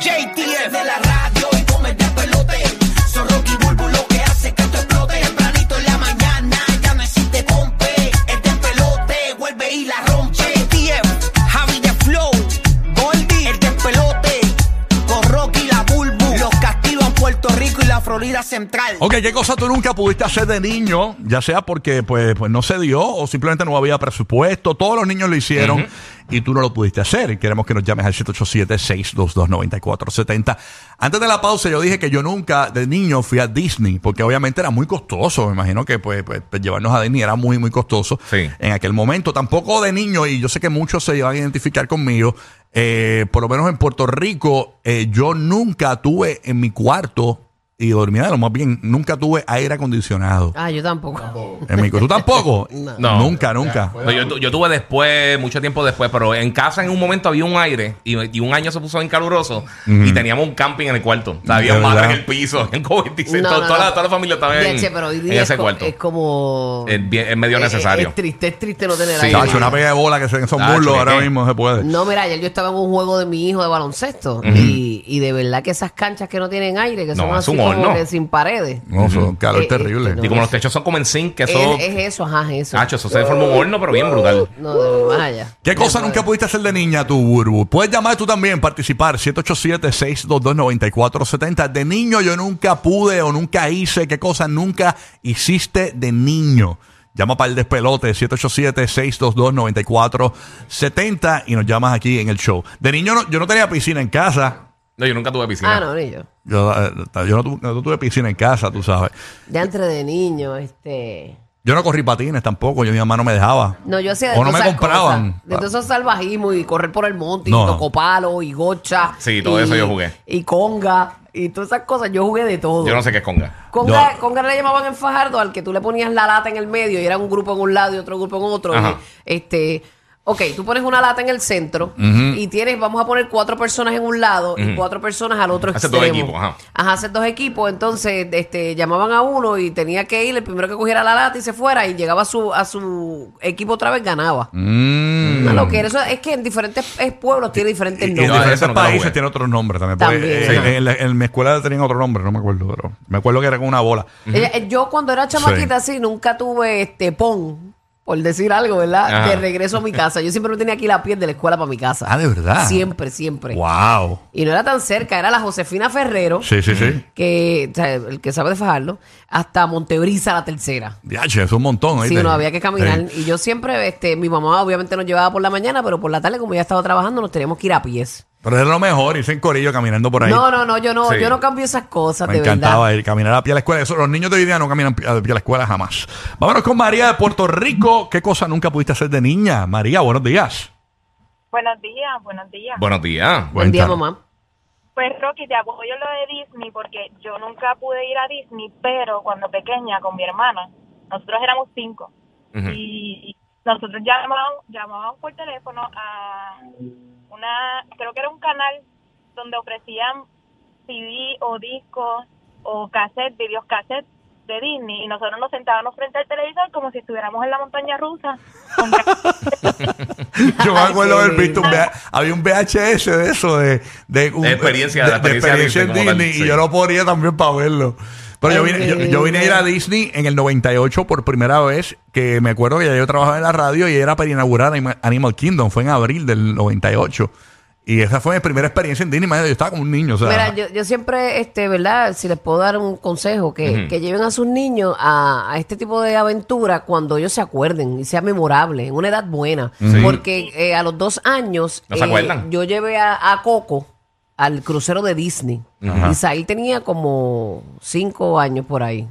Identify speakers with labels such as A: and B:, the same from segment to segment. A: JT es de la radio y come de pelote. Son Rocky Bulbo lo que hace que esto explote. Tempranito en la mañana ya no existe compe. Este pelote vuelve y la rompe. JTF, Javi de Flow, Goldie, el despelote. Con Rocky y la Bulbu. Los castigan Puerto Rico y la Florida Central.
B: Ok, ¿qué cosa tú nunca pudiste hacer de niño? Ya sea porque pues, pues no se dio o simplemente no había presupuesto. Todos los niños lo hicieron y tú no lo pudiste hacer. Queremos que nos llames al 787-622-9470. Antes de la pausa yo dije que yo nunca de niño fui a Disney porque obviamente era muy costoso. Me imagino que pues, pues, pues, llevarnos a Disney era muy, muy costoso
C: Sí.
B: en aquel momento. Tampoco de niño y yo sé que muchos se van a identificar conmigo. eh, por lo menos en Puerto Rico eh, yo nunca tuve en mi cuarto y dormía de lo más bien, nunca tuve aire acondicionado.
D: Ah, yo tampoco.
B: En mi, cu- ¿Tú tampoco?
C: No.
B: Nunca, nunca.
C: No, Pues yo, tu- yo tuve después, mucho tiempo después, pero en casa en un momento había un aire y, y un año se puso bien caluroso y teníamos un camping en el cuarto. O sea, había
B: De
C: un madre en
B: verdad.
C: el piso, en COVID-19.
D: No,
C: toda,
D: no,
C: toda
D: no.
C: La, toda la familia estaba en,
D: Leche, pero hoy día
C: en
D: es
C: ese
D: co-
C: cuarto.
D: Es como.
C: es, bien- es medio
D: es- es-
C: necesario.
D: Es triste, es triste no tener
C: Sí.
D: aire.
B: Tacho, una pega de bola que se en esos
C: Tacho,
B: burlos
C: ¿qué,
B: ahora
C: qué?
B: mismo se puede.
D: No, mira, ayer yo estaba en un juego de mi hijo de baloncesto y, y de verdad que esas canchas que no tienen aire, que
C: No,
D: son
C: es
D: así
C: un
D: como
C: horno.
D: que sin paredes.
B: No, son calor
D: Eh, eh,
B: terrible.
D: no.
C: y como los techos son como en zinc, que eso.
D: Es, Uh. es eso, ajá, es eso.
C: Nacho, eso se forma un horno, pero bien brutal.
D: No, de más allá.
B: ¿Qué cosa nunca pudiste hacer de niña tú, Burbu? Puedes llamar tú también, participar. 787-622-9470. De niño yo nunca pude o nunca hice. ¿Qué cosa nunca hiciste de niño? Llama para el despelote, 787-622-9470 y nos llamas aquí en el show. De niño no- yo no tenía piscina en casa.
C: No, yo nunca tuve piscina.
D: Ah, no, ni yo.
B: Yo, eh, yo no, tu- no tuve piscina en casa, tú sabes.
D: Ya entre de niño, este.
B: Yo no corrí patines tampoco, yo mi mamá no me dejaba.
D: No, yo hacía de
B: O no
D: todas
B: me
D: esas
B: compraban. Ah.
D: cosas. de todos esos salvajismos y correr por el monte
B: No.
D: y tocopalo y gocha.
C: Sí, todo eso
D: y-
C: yo jugué.
D: Y conga y todas esas cosas. Yo jugué de todo.
C: Yo no sé qué es conga.
D: Conga,
B: No.
D: conga le llamaban en Fajardo al que tú le ponías la lata en el medio y era un grupo en un lado y otro grupo en otro.
C: Ajá.
D: Y, este, ok, tú pones una lata en el centro y tienes, vamos a poner cuatro personas en un lado y cuatro personas al otro
C: Haces dos
D: extremo.
C: equipos, ajá.
D: haces dos equipos. Entonces, este, llamaban a uno y tenía que ir el primero que cogiera la lata y se fuera y llegaba a su, a su equipo otra vez ganaba.
B: Mm.
D: No, lo que era, eso es que en diferentes eh, pueblos tiene diferentes
B: Y- y en
C: no,
D: nombres.
B: diferentes
C: eso no te lo
B: países
C: jugué.
B: tiene otros nombres también. porque,
D: También,
B: eh,
D: sí.
B: en, la- en mi escuela tenían otro nombre, no me acuerdo, pero me acuerdo que era con una bola.
D: Eh, eh, Yo cuando era chamaquita así, nunca tuve este pon, por decir algo, ¿verdad?
C: Ajá.
D: De regreso a mi casa. Yo siempre me tenía aquí la piel de la escuela para mi casa.
B: Ah, ¿de verdad?
D: Siempre, siempre.
B: ¡Wow!
D: Y no era tan cerca, era la Josefina Ferrero,
B: Sí, sí, sí.
D: Mm. que o sea, el que sabe de fajarlo, hasta Montebrisa la tercera.
B: Diache, es un montón.
D: Sí,
B: ¿oíste?
D: no había que caminar.
B: Sí.
D: Y yo siempre, este, mi mamá obviamente nos llevaba por la mañana, pero por la tarde, como ya estaba trabajando, nos teníamos que ir a pies.
B: Pero era lo mejor, irse en corillo caminando por ahí.
D: No, no, no, yo no,
C: Sí.
D: yo no cambio esas cosas,
B: me
D: de verdad.
B: encantaba ir caminar a pie a la escuela. Eso, los niños de hoy día no caminan pi- a pie a la escuela jamás. Vámonos con María de Puerto Rico. ¿Qué cosa nunca pudiste hacer de niña? María, buenos días.
E: Buenos días, buenos días.
C: Buenos días.
D: Buen día,
B: Cuéntanos.
D: mamá.
E: Pues Rocky, te apoyo lo de Disney porque yo nunca pude ir a Disney, pero cuando pequeña con mi hermana, nosotros éramos cinco
C: Ujú.
E: y nosotros llamábamos, llamábamos por teléfono a una, creo que era un canal donde ofrecían CD o discos o cassette, videos cassette de Disney y nosotros nos sentábamos frente al televisor como si estuviéramos en la montaña rusa. con
B: Yo me acuerdo
D: Qué
B: haber visto
D: lindo.
B: un VH había un VHS de eso, de, de, un-
C: De experiencia,
B: de,
C: la
B: de
C: experiencia
B: experiencia en
C: Disney como tal,
B: Disney, y
C: sí.
B: yo lo ponía también para verlo. Pero yo vine, yo, yo vine a ir a Disney en el 98 por primera vez, que me acuerdo que ya yo trabajaba en la radio y era para inaugurar Anima- Animal Kingdom, fue en abril del 98. Y esa fue mi primera experiencia en Disney, imagínate, yo estaba como un niño, o sea,
D: Mira, yo, yo siempre, este, ¿verdad? Si les puedo dar un consejo, que,
C: Ujú.
D: que lleven a sus niños a, a este tipo de aventura cuando ellos se acuerden y sea memorable, en una edad buena. Porque eh, a los dos años
C: No se
D: eh,
C: acuerdan.
D: yo llevé a, a Coco al crucero de Disney. Isaí tenía como cinco años por ahí,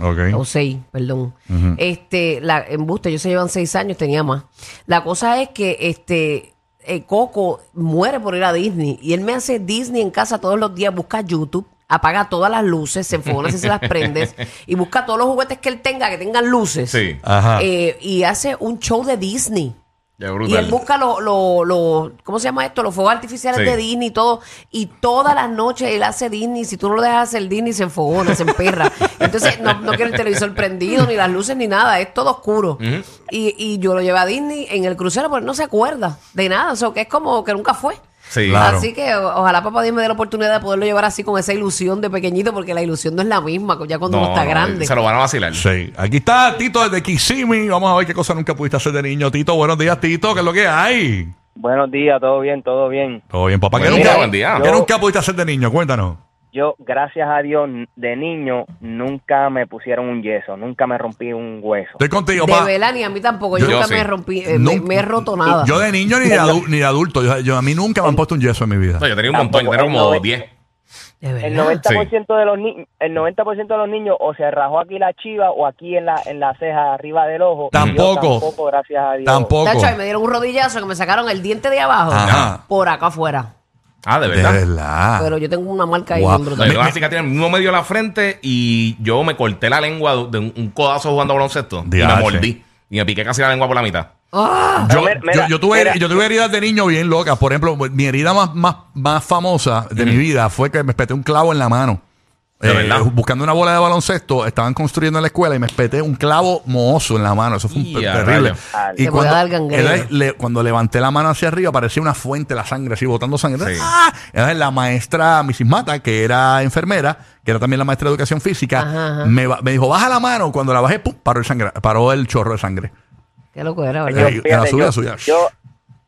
B: ok.
D: o seis, perdón. Este, la embuste, ellos se llevan seis años, tenía más. La cosa es que este eh, Coco muere por ir a Disney y él me hace Disney en casa todos los días, busca YouTube. Apaga todas las luces, se enfogona si se las prendes y busca todos los juguetes que él tenga, que tengan luces.
C: Sí.
B: Ajá.
D: Eh, y hace un show de Disney.
C: Ya,
D: Y
C: brutal.
D: él busca los, lo, lo- ¿cómo se llama esto? Los fuegos artificiales
C: Sí.
D: de Disney y todo. Y todas las noches él hace Disney. Si tú no lo dejas hacer Disney, se enfogona, se emperra. Entonces no, no quiere el televisor prendido, ni las luces, ni nada. Es todo oscuro. pues y, y yo lo llevé a Disney en el crucero, pero él no se acuerda de nada. O sea, que es como que nunca fue.
C: Sí.
B: Claro.
D: Así que o- ojalá papá Dios me dé la oportunidad de poderlo llevar así con esa ilusión de pequeñito, porque la ilusión no es la misma ya cuando uno está grande.
C: Se lo van a vacilar.
B: Sí, aquí está Tito desde Kissimmee. Vamos a ver qué cosa nunca pudiste hacer de niño. Tito, buenos días, Tito. ¿Qué es lo que hay?
F: Buenos días, todo bien, todo bien.
B: Todo bien, papá. ¿Qué,
C: Buen
B: nunca,
C: día, buen día.
B: qué
F: Yo-
B: nunca pudiste hacer de niño? Cuéntanos.
F: Yo, gracias a Dios, de niño nunca me pusieron un yeso, nunca me rompí un hueso.
B: Estoy contigo,
D: de
B: papá.
D: vela ni a mí tampoco. Yo,
C: Yo-
D: nunca
C: yo
D: me
C: sí.
D: rompí, eh, me,
B: Nun-
D: me he roto nada.
B: Yo de niño ni de, adu- ni de adulto. Yo, yo- a mí nunca me han puesto un yeso en mi vida.
C: No, yo tenía un montón, yo tenía como
F: Tampoco.
C: 10.
D: de
F: El
D: verdad.
F: 90% de los niños, el 90% de los niños o se rajó aquí la chiva o aquí en la en la ceja arriba del ojo. Y yo
B: Tampoco.
F: tampoco, gracias a Dios.
B: Tampoco.
D: Tacho, ahí me dieron un rodillazo que me sacaron el diente de abajo
B: Ajá.
D: por acá afuera.
C: Ah, de
B: De
C: verdad.
B: verdad.
D: Pero yo tengo una marca ahí
B: Guau.
D: bien
C: No,
D: brutal.
C: yo tengo una cicatriz en el mismo medio de la frente y yo me corté la lengua de un, un codazo jugando baloncesto. Y
B: Diache.
C: me mordí. Y me piqué casi la lengua por la mitad.
D: ¡Ah!
B: Yo, yo-
F: Pero mira, mira,
B: yo tuve,
F: mira.
B: yo tuve heridas de niño bien locas. Por ejemplo, mi herida más, más, más famosa de mi vida fue que me espeté un clavo en la mano. Eh,
C: ¿De verdad?
B: buscando una bola de baloncesto, estaban construyendo en la escuela y me espeté un clavo mohoso en la mano. Eso fue un-
C: Y a
B: terrible.
C: rayos.
D: Ah, Te voy a dar gangrena.
B: era- le- cuando levanté la mano hacia arriba, parecía una fuente la sangre, así botando sangre.
C: Sí.
B: ¡Ah! Entonces, la maestra Mrs. Mata, que era enfermera, que era también la maestra de educación física,
D: Ajá, ajá.
B: Me, ba- me dijo, baja la mano. Cuando la bajé, ¡pum! paró el, sangre, paró el chorro de sangre.
D: Qué loco era,
B: Yo-
D: ¿verdad?
F: Yo,
B: Ey, la
F: fíjate,
B: suya,
F: yo-
B: suya.
F: yo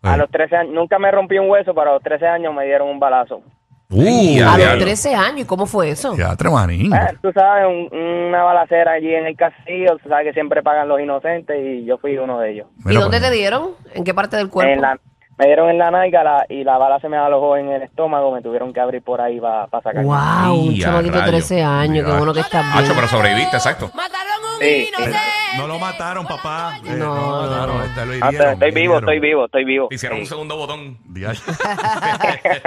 F: a
B: Ey.
F: los 13 años, nunca me rompí un hueso, pero a los 13 años me dieron un balazo.
C: Y
D: a los
C: diablo.
D: 13 años, ¿y cómo fue eso?
B: Ya, tremanín.
F: Eh, tú sabes, un- una balacera allí en el castillo, tú sabes que siempre pagan los inocentes y yo fui uno de ellos.
D: ¿Y
B: Mira,
D: dónde
B: pues.
D: te dieron? ¿En qué parte del cuerpo?
F: En la- me dieron en la nalga la- y la bala se me alojó en el estómago, me tuvieron que abrir por ahí para sacar.
D: Wow, un
C: Y a
D: chamaquito de
C: rayos.
D: 13 años, qué
B: Mira.
D: bueno que estás
C: Hacho,
D: bien.
C: pero sobreviviste, exacto.
F: Sí,
B: No lo mataron, papá. Eh, lo
D: No, no,
B: mataron,
D: no.
B: este, lo
F: Ah,
B: hirieron,
F: estoy
B: lo
F: vivo,
B: hirieron.
F: estoy vivo, estoy vivo.
C: Te Hicieron un
F: Sí.
C: segundo botón.
B: Diache.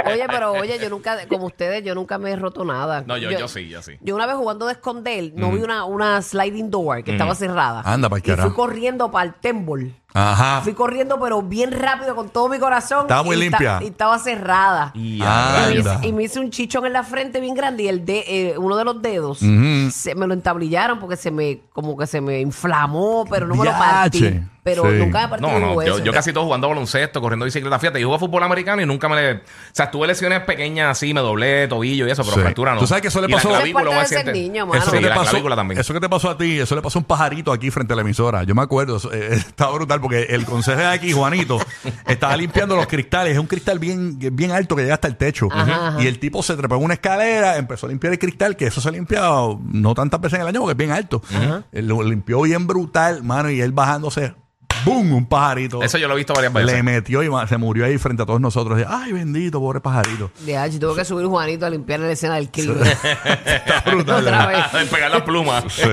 D: Oye, pero oye, yo nunca, como ustedes, yo nunca me he roto nada.
C: No, yo, yo sí, yo sí.
D: Yo una vez jugando de esconder, no vi una, una sliding door que estaba cerrada.
B: Mm. Anda, pa'l
D: Y fui
B: carajo.
D: corriendo para el tembol.
B: Ajá.
D: Fui corriendo, pero bien rápido, con todo mi corazón.
B: Ah. Estaba muy
D: y
B: limpia.
D: ta- y estaba cerrada. Y,
C: Y
B: Ah,
C: a
D: me
C: rayos.
B: anda.
D: hice, y me hice un chichón en la frente bien grande y el de, eh, uno de los dedos
B: Ujú.
D: se me lo entablillaron porque se me, como que se me inflamó, pero no me lo
B: Diache.
D: partí. Pero
B: Sí.
D: nunca me partí
C: No,
D: un
C: no,
D: hueso.
C: yo, yo casi todo jugando baloncesto, corriendo bicicleta. Fíjate, yo jugué a fútbol americano y nunca me le. O sea, tuve lesiones pequeñas así, me doblé tobillo y eso, pero
B: Sí.
C: fractura no.
B: ¿Tú sabes que eso le
C: Y la
B: pasó-
C: clavícula,
D: Eso
C: un
D: es parte de ser
C: accidente.
D: niño, mano.
B: Eso
C: Sí,
B: Ah, que, te
C: la clavícula
B: pasó,
C: también.
B: eso que te pasó a ti, eso le pasó a un pajarito aquí frente a la emisora. Yo me acuerdo, eso, eh, estaba brutal porque el consejero de aquí, Juanito, estaba limpiando los cristales. Es un cristal bien, bien alto que llega hasta el techo.
D: Ajá, ajá.
B: Y el tipo se trepó en una escalera, empezó a limpiar el cristal, que eso se limpia no tantas veces en el año porque es bien alto. Él Lo limpió bien brutal, mano, y él bajándose, ¡boom! Un pajarito.
C: Eso yo lo he visto varias
B: le
C: veces.
B: metió y ma- se murió ahí frente a todos nosotros. Ay, bendito, pobre pajarito.
D: Diache, tuve que subir Juanito a limpiar la escena del crimen.
B: Está brutal.
D: Otra vez.
C: Pegar las plumas.
B: Sí.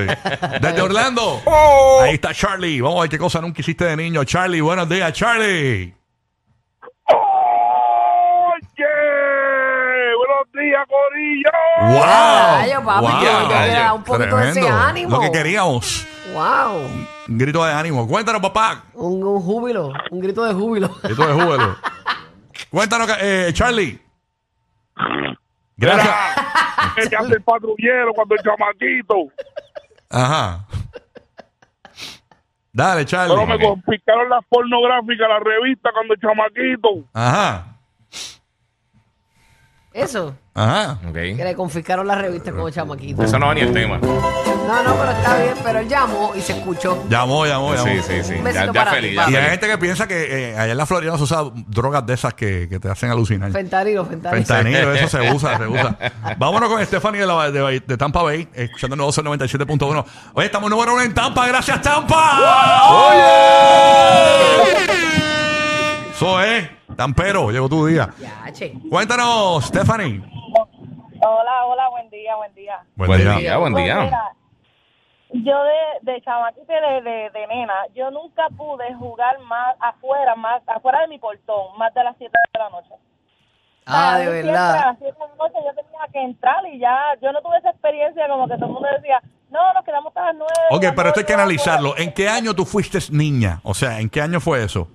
B: Desde Orlando.
C: Oh.
B: Ahí está Charlie. Vamos a ver qué cosa nunca hiciste de niño. Charlie, buenos días, Charlie.
G: ¡Oye! ¡Buenos días, Corillo!
B: ¡Wow!
D: Rayo, papi, que hoy te queda un poquito de ese
B: Tremendo.
D: ánimo.
B: Lo que queríamos.
D: ¡Wow!
B: Un grito de ánimo. Cuéntanos, papá.
D: Un, un júbilo, un grito de júbilo.
B: Grito de júbilo. Cuéntanos, eh, Charlie. Gracias.
G: El que hace el patrullero cuando el chamaquito.
B: Ajá. Dale, Charlie.
G: Pero me complicaron las pornográficas, las revistas cuando el chamaquito.
B: Ajá.
D: Eso,
B: Ajá.
D: que
C: Ok.
D: le confiscaron la revista como chamaquito.
C: Eso no va ni el tema.
D: No, no, pero está bien, pero él llamó y se escuchó.
B: Llamó, llamó, llamó.
C: Sí, sí, sí.
D: Un
C: Ya,
D: besito
C: ya
D: para ti,
C: feliz, ya
D: papi.
B: Y este- hay
C: feliz.
B: gente que piensa que eh, allá en la Florida no se usan drogas de esas que, que te hacen alucinar.
D: Fentanilo, fentanilo.
B: Fentanilo, eso se usa, se usa. Vámonos con Stephanie de, la- de- de Tampa Bay, escuchando el nuevo Sol 97.1. Oye, estamos número uno en Tampa, gracias Tampa. ¡Oye! Eso es, Tampero, llegó tu día.
D: Ya, che.
B: Cuéntanos, Stephanie.
E: Hola, hola, buen día, buen día.
C: Buen día, buen
E: Pues
C: día.
E: mira, yo de, de chamaquita y de, de, de nena, yo nunca pude jugar más afuera, más afuera de mi portón, más de las 7 de la noche.
D: Ah,
E: Para
D: de
E: mí siempre A
D: verdad.
E: las 7 de la noche yo tenía que entrar y ya, yo no tuve esa experiencia como que todo el mundo decía, no, nos quedamos hasta las 9.
B: Ok, pero esto hay que analizarlo. ¿En qué año tú fuiste niña? O sea, ¿en qué año fue eso?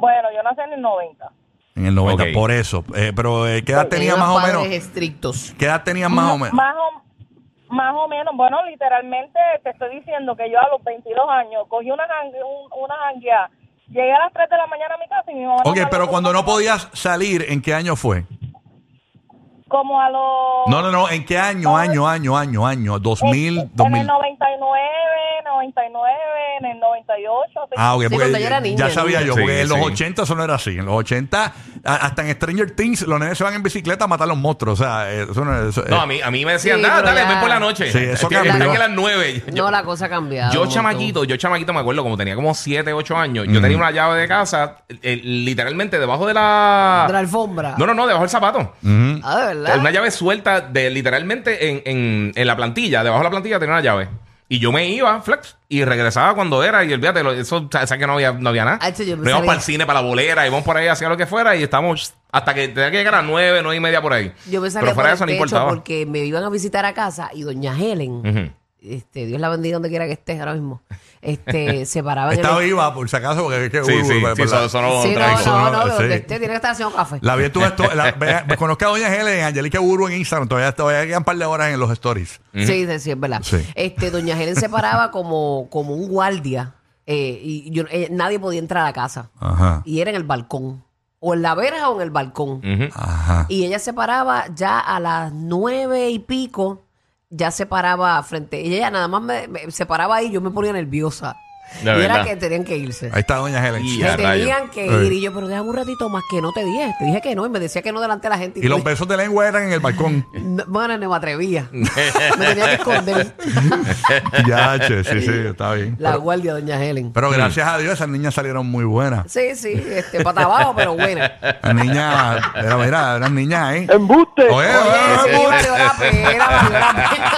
E: Bueno, yo nací en el 90.
B: En el 90,
C: Ok.
B: por eso. Eh, pero eh, ¿qué edad tenía
D: Eran
B: más o
D: padres
B: menos?
D: estrictos.
B: ¿Qué edad tenía más o menos?
E: Más o, más o menos, bueno, literalmente te estoy diciendo que yo a los 22 años cogí una, jangue- un- una janguea Llegué a las 3 de la mañana a mi casa y mi mamá...
B: Ok,
E: me
B: pero
E: mandó
B: cuando
E: un-
B: no podías salir, ¿en qué año fue?
E: Como a los...
B: No, no, no, ¿en qué año, año, año, año, año? 2000,
E: En el
B: 2000.
E: 99, 99, en el 98. así.
B: Ah, ok,
D: Sí,
B: porque
D: cuando yo era niña,
B: ya
D: niña.
B: sabía yo,
C: Sí,
B: porque en los
C: sí.
B: 80 eso no era así. En los 80, a- hasta en Stranger Things, los nenes se van en bicicleta a matar a los monstruos. O sea, eh, eso no eso-
C: No, a mí, a mí me decían,
D: Sí,
C: nada,
D: pero
C: dale,
D: ya-
C: ven por la noche.
B: Sí, eso
C: Tiene que estar
D: cambió.
C: aquí a las 9. Yo,
D: No, la cosa ha cambiado.
C: yo
D: un montón.
C: chamaquito, yo chamaquito me acuerdo, como tenía como 7, 8 años, yo tenía una llave de casa, eh, literalmente debajo de la...
D: De la alfombra.
C: No, no, no, debajo del zapato.
B: Ujú.
D: Ah, de verdad.
C: Una llave suelta de literalmente en, en, en la plantilla, debajo de la plantilla tenía una llave. Y yo me iba, flex, y regresaba cuando era, y olvídate, lo- eso, o sea, sabes que no había, no había nada.
D: Ah, eso yo me
C: no íbamos
D: sabía.
C: para el cine, para la bolera, íbamos por ahí, hacía lo que fuera, y estábamos hasta que tenía que llegar a las nueve, nueve y media por ahí.
D: Yo me salía
C: Pero
D: por
C: fuera de
D: el
C: eso no
D: techo
C: importaba.
D: porque me iban a visitar a casa y doña Helen,
C: Ujú.
D: este, Dios la bendiga donde quiera que estés ahora mismo, este, se paraba en el...
B: Estaba viva, por si acaso, porque es que.
C: Sí,
B: uy,
C: sí,
B: uy, por-
C: sí,
B: por
C: eso,
B: la-
C: eso pues, no
D: Sí, no,
C: traigo.
D: no, no,
B: Sí.
D: donde esté tiene que estar haciendo café.
B: La vi en tu esto- la- ve- ve- conozco a Doña Helen, Angelica Burbo en Instagram. Todavía, todavía quedan un par de horas en los stories.
D: Sí, sí, sí, es verdad.
B: Sí.
D: Este, doña Helen se paraba como, como un guardia eh, y yo- eh, nadie podía entrar a la casa.
B: Ajá.
D: Y era en el balcón. O en la verja o en el balcón.
C: Ujú.
B: Ajá.
D: Y ella se paraba ya a las nueve y pico, ya se paraba frente. Y ella nada más me, me- se paraba ahí, yo me ponía nerviosa.
C: De
D: y
C: verdad.
D: era que tenían que irse.
B: Ahí está Doña Helen.
C: Y-
D: Que
C: a rayos.
D: tenían que
B: Sí.
D: ir. Y yo, pero déjame un ratito más que no te dije. Te dije que no. Y me decía que no delante de la gente.
B: Y
D: tú
B: los besos de lengua eran en el balcón.
D: No, bueno, no me atrevía. me tenía que esconder.
B: ya, che, sí, sí, está bien.
D: La
B: Pero,
D: guardia, doña Helen.
B: pero gracias a Dios esas niñas salieron muy buenas.
D: Sí, sí, este, pata abajo, pero buena.
B: Las niñas, era, mira, eran niñas, ¿eh?
G: ¡Embuste!
B: Oye, oye,
D: Oye, sí,
B: oye, oye,
D: valió la pena, valió la pena.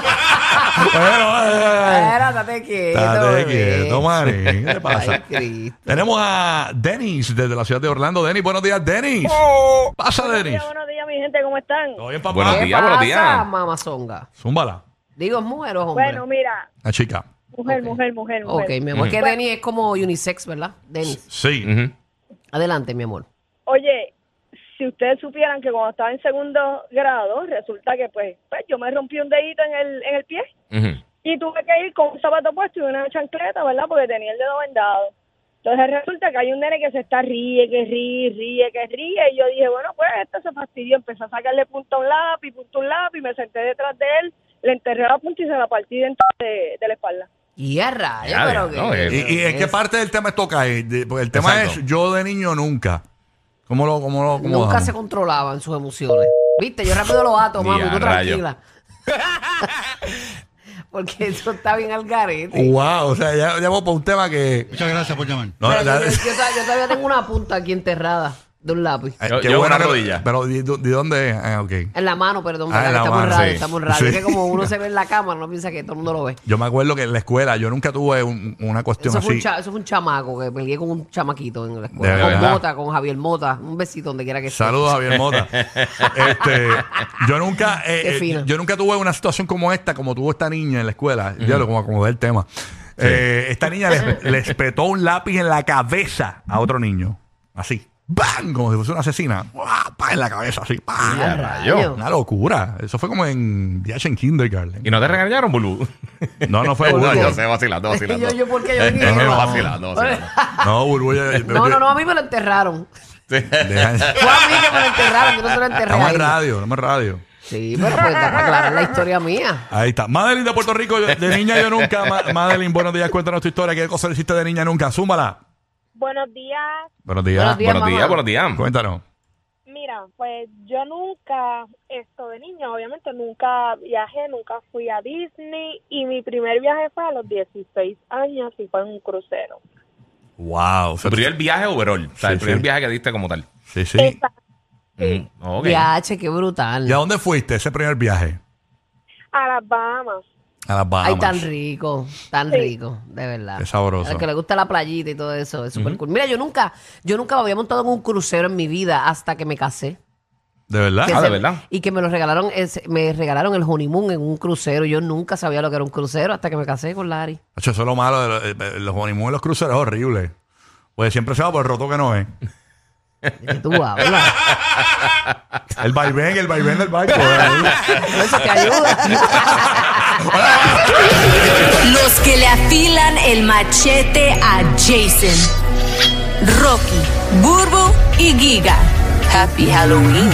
B: oye, oye.
D: Era, date quieto,
B: Estate
D: bebé.
B: quieto, Mari. ¿Qué te
D: Ay,
B: pasa?
D: Cristo.
B: Tenemos a Denis desde la ciudad de Orlando. Denis, buenos días, Denis.
H: Oh.
B: Pasa, Denis.
E: Buenos días, buenos días, mi gente, ¿cómo están?
B: Todo bien, papá.
C: Buenos
D: ¿Qué
C: días, buenos
D: pasa,
C: días.
D: mamazonga?
B: Zúmbala.
D: Digo, ¿es mujer o es hombre?
E: Bueno, mira,
B: La chica.
E: mujer,
D: Ok.
E: mujer, mujer, mujer.
D: ok, mi amor. Es que Denis es como unisex, ¿verdad? Denis.
B: Sí.
C: Ujú.
D: Adelante, mi amor.
E: Oye, si ustedes supieran que cuando estaba en segundo grado, resulta que pues, pues yo me rompí un dedito en el, en el pie
C: Ujú.
E: y tuve que ir con un zapato puesto y una chancleta, ¿verdad? Porque tenía el dedo vendado. Entonces resulta que hay un nene que se está ríe, que ríe, ríe, que ríe. Y yo dije, bueno, pues este se fastidió. Empecé a sacarle punta a un lápiz, punta a un lápiz, me senté detrás de él, le enterré la punta y se la partí dentro de, de la espalda.
D: Y a rayos,
C: Ya,
D: pero
C: ya,
D: que...
C: no, eh.
B: ¿Y, y en qué parte del tema toca? Eh, de- Porque el tema
C: Exacto.
B: es yo de niño nunca. ¿Cómo lo, cómo lo, cómo
D: Nunca
B: damos?
D: se controlaban sus emociones. Viste, yo rápido lo ato, mami,
C: Ya,
D: tú
C: rayo.
D: tranquila. Porque eso está bien al garete.
B: Wow, o sea, ya llevo por un tema que.
H: Muchas gracias por llamar.
B: No,
D: Pero
B: la-
D: yo, yo todavía- yo todavía tengo una punta aquí enterrada de un lápiz.
B: Ay,
C: Yo-
B: qué
C: yo
B: bueno
C: una
B: que-
C: rodilla.
B: Pero ¿de, de- de dónde es? Ah, ok.
D: En la mano, perdón,
B: Ah,
D: ¿verdad?
B: en la
D: Que estamos en
B: mano,
D: radio,
B: sí.
D: estamos en radio. Es
B: Sí.
D: que como uno se ve en la cámara, uno piensa que todo el mundo lo ve.
B: Yo me acuerdo que en la escuela yo nunca tuve un- una cuestión
D: Eso fue, un
B: así.
D: cha- eso fue un chamaco que peleé con un chamaquito en la
B: De
D: escuela. Con
B: verdad.
D: Mota, con Javier Mota. Un besito donde quiera que esté.
B: Saludos Javier Mota. este, yo nunca, eh,
D: Qué
B: eh,
D: fino.
B: yo nunca tuve una situación como esta, como tuvo esta niña en la escuela. Ya lo como acomodé el tema. Eh, esta niña les, les petó un lápiz en la cabeza a otro niño, así, ¡bam! como si fuese una asesina, ¡Buah! ¡Pah! en la cabeza, así, ¡pah!
D: Ya, rayo.
B: Una locura. Eso fue como en Diache en Kindergarten.
C: ¿Y no te regañaron, Bulú?
B: No, no fue
C: No,
B: burbu.
C: yo sé, vacilando, vacilando.
D: Yo- yo, ¿por qué? Yo dije,
C: Eh,
D: no.
C: vacilando, vacilando.
B: No, burbu. yo- yo-
D: No, no, no, a mí me lo enterraron.
B: Deja-
D: Fue a mí que me lo enterraron, yo no se lo enterré.
B: Estamos
D: a
B: en
D: él.
B: radio, estamos en radio.
D: Sí, pero pues da para aclarar la historia mía.
B: Ahí está. Madeline de Puerto Rico, yo- de niña yo nunca. Ma- Madeline, buenos días, cuéntanos tu historia. ¿Qué cosa le hiciste de niña nunca? Súmala.
E: Buenos días.
B: Buenos días.
D: Buenos días.
C: Buenos días,
D: mamá.
C: buenos días.
B: Cuéntanos.
E: Mira, pues yo nunca, esto de niña, obviamente nunca viajé, nunca fui a Disney y mi primer viaje fue a los 16 años y fue en un crucero.
B: Wow.
C: Tu primer viaje overall. O sea,
B: Sí,
C: el primer
B: sí.
C: viaje que diste como tal.
B: Sí, sí.
C: Ujú. Ok.
D: Ya, che, qué brutal.
B: ¿Y a dónde fuiste ese primer viaje?
E: A las Bahamas.
B: A las Bahamas.
D: Ay, tan rico, tan rico, de verdad.
B: Qué sabroso.
D: Al que le gusta la playita y todo eso, es súper cool. Mira, yo nunca, yo nunca me había montado en un crucero en mi vida hasta que me casé.
B: ¿De verdad?
D: Que
C: Ah,
D: se-
C: de verdad.
D: Y que me lo regalaron, es- me regalaron el honeymoon en un crucero. Yo nunca sabía lo que era un crucero hasta que me casé con Larry.
B: Hacho, eso es lo malo. de los- eh, eh, los honeymoon en los cruceros es horrible. Pues siempre se va por el roto que no es.
D: Y tú hablas.
B: El vaivén, el vaivén del barco. ¿verdad?
D: Eso te ayuda.
I: Los que le afilan el machete a Jason.
H: Rocky, Burbu y Giga. Happy Halloween.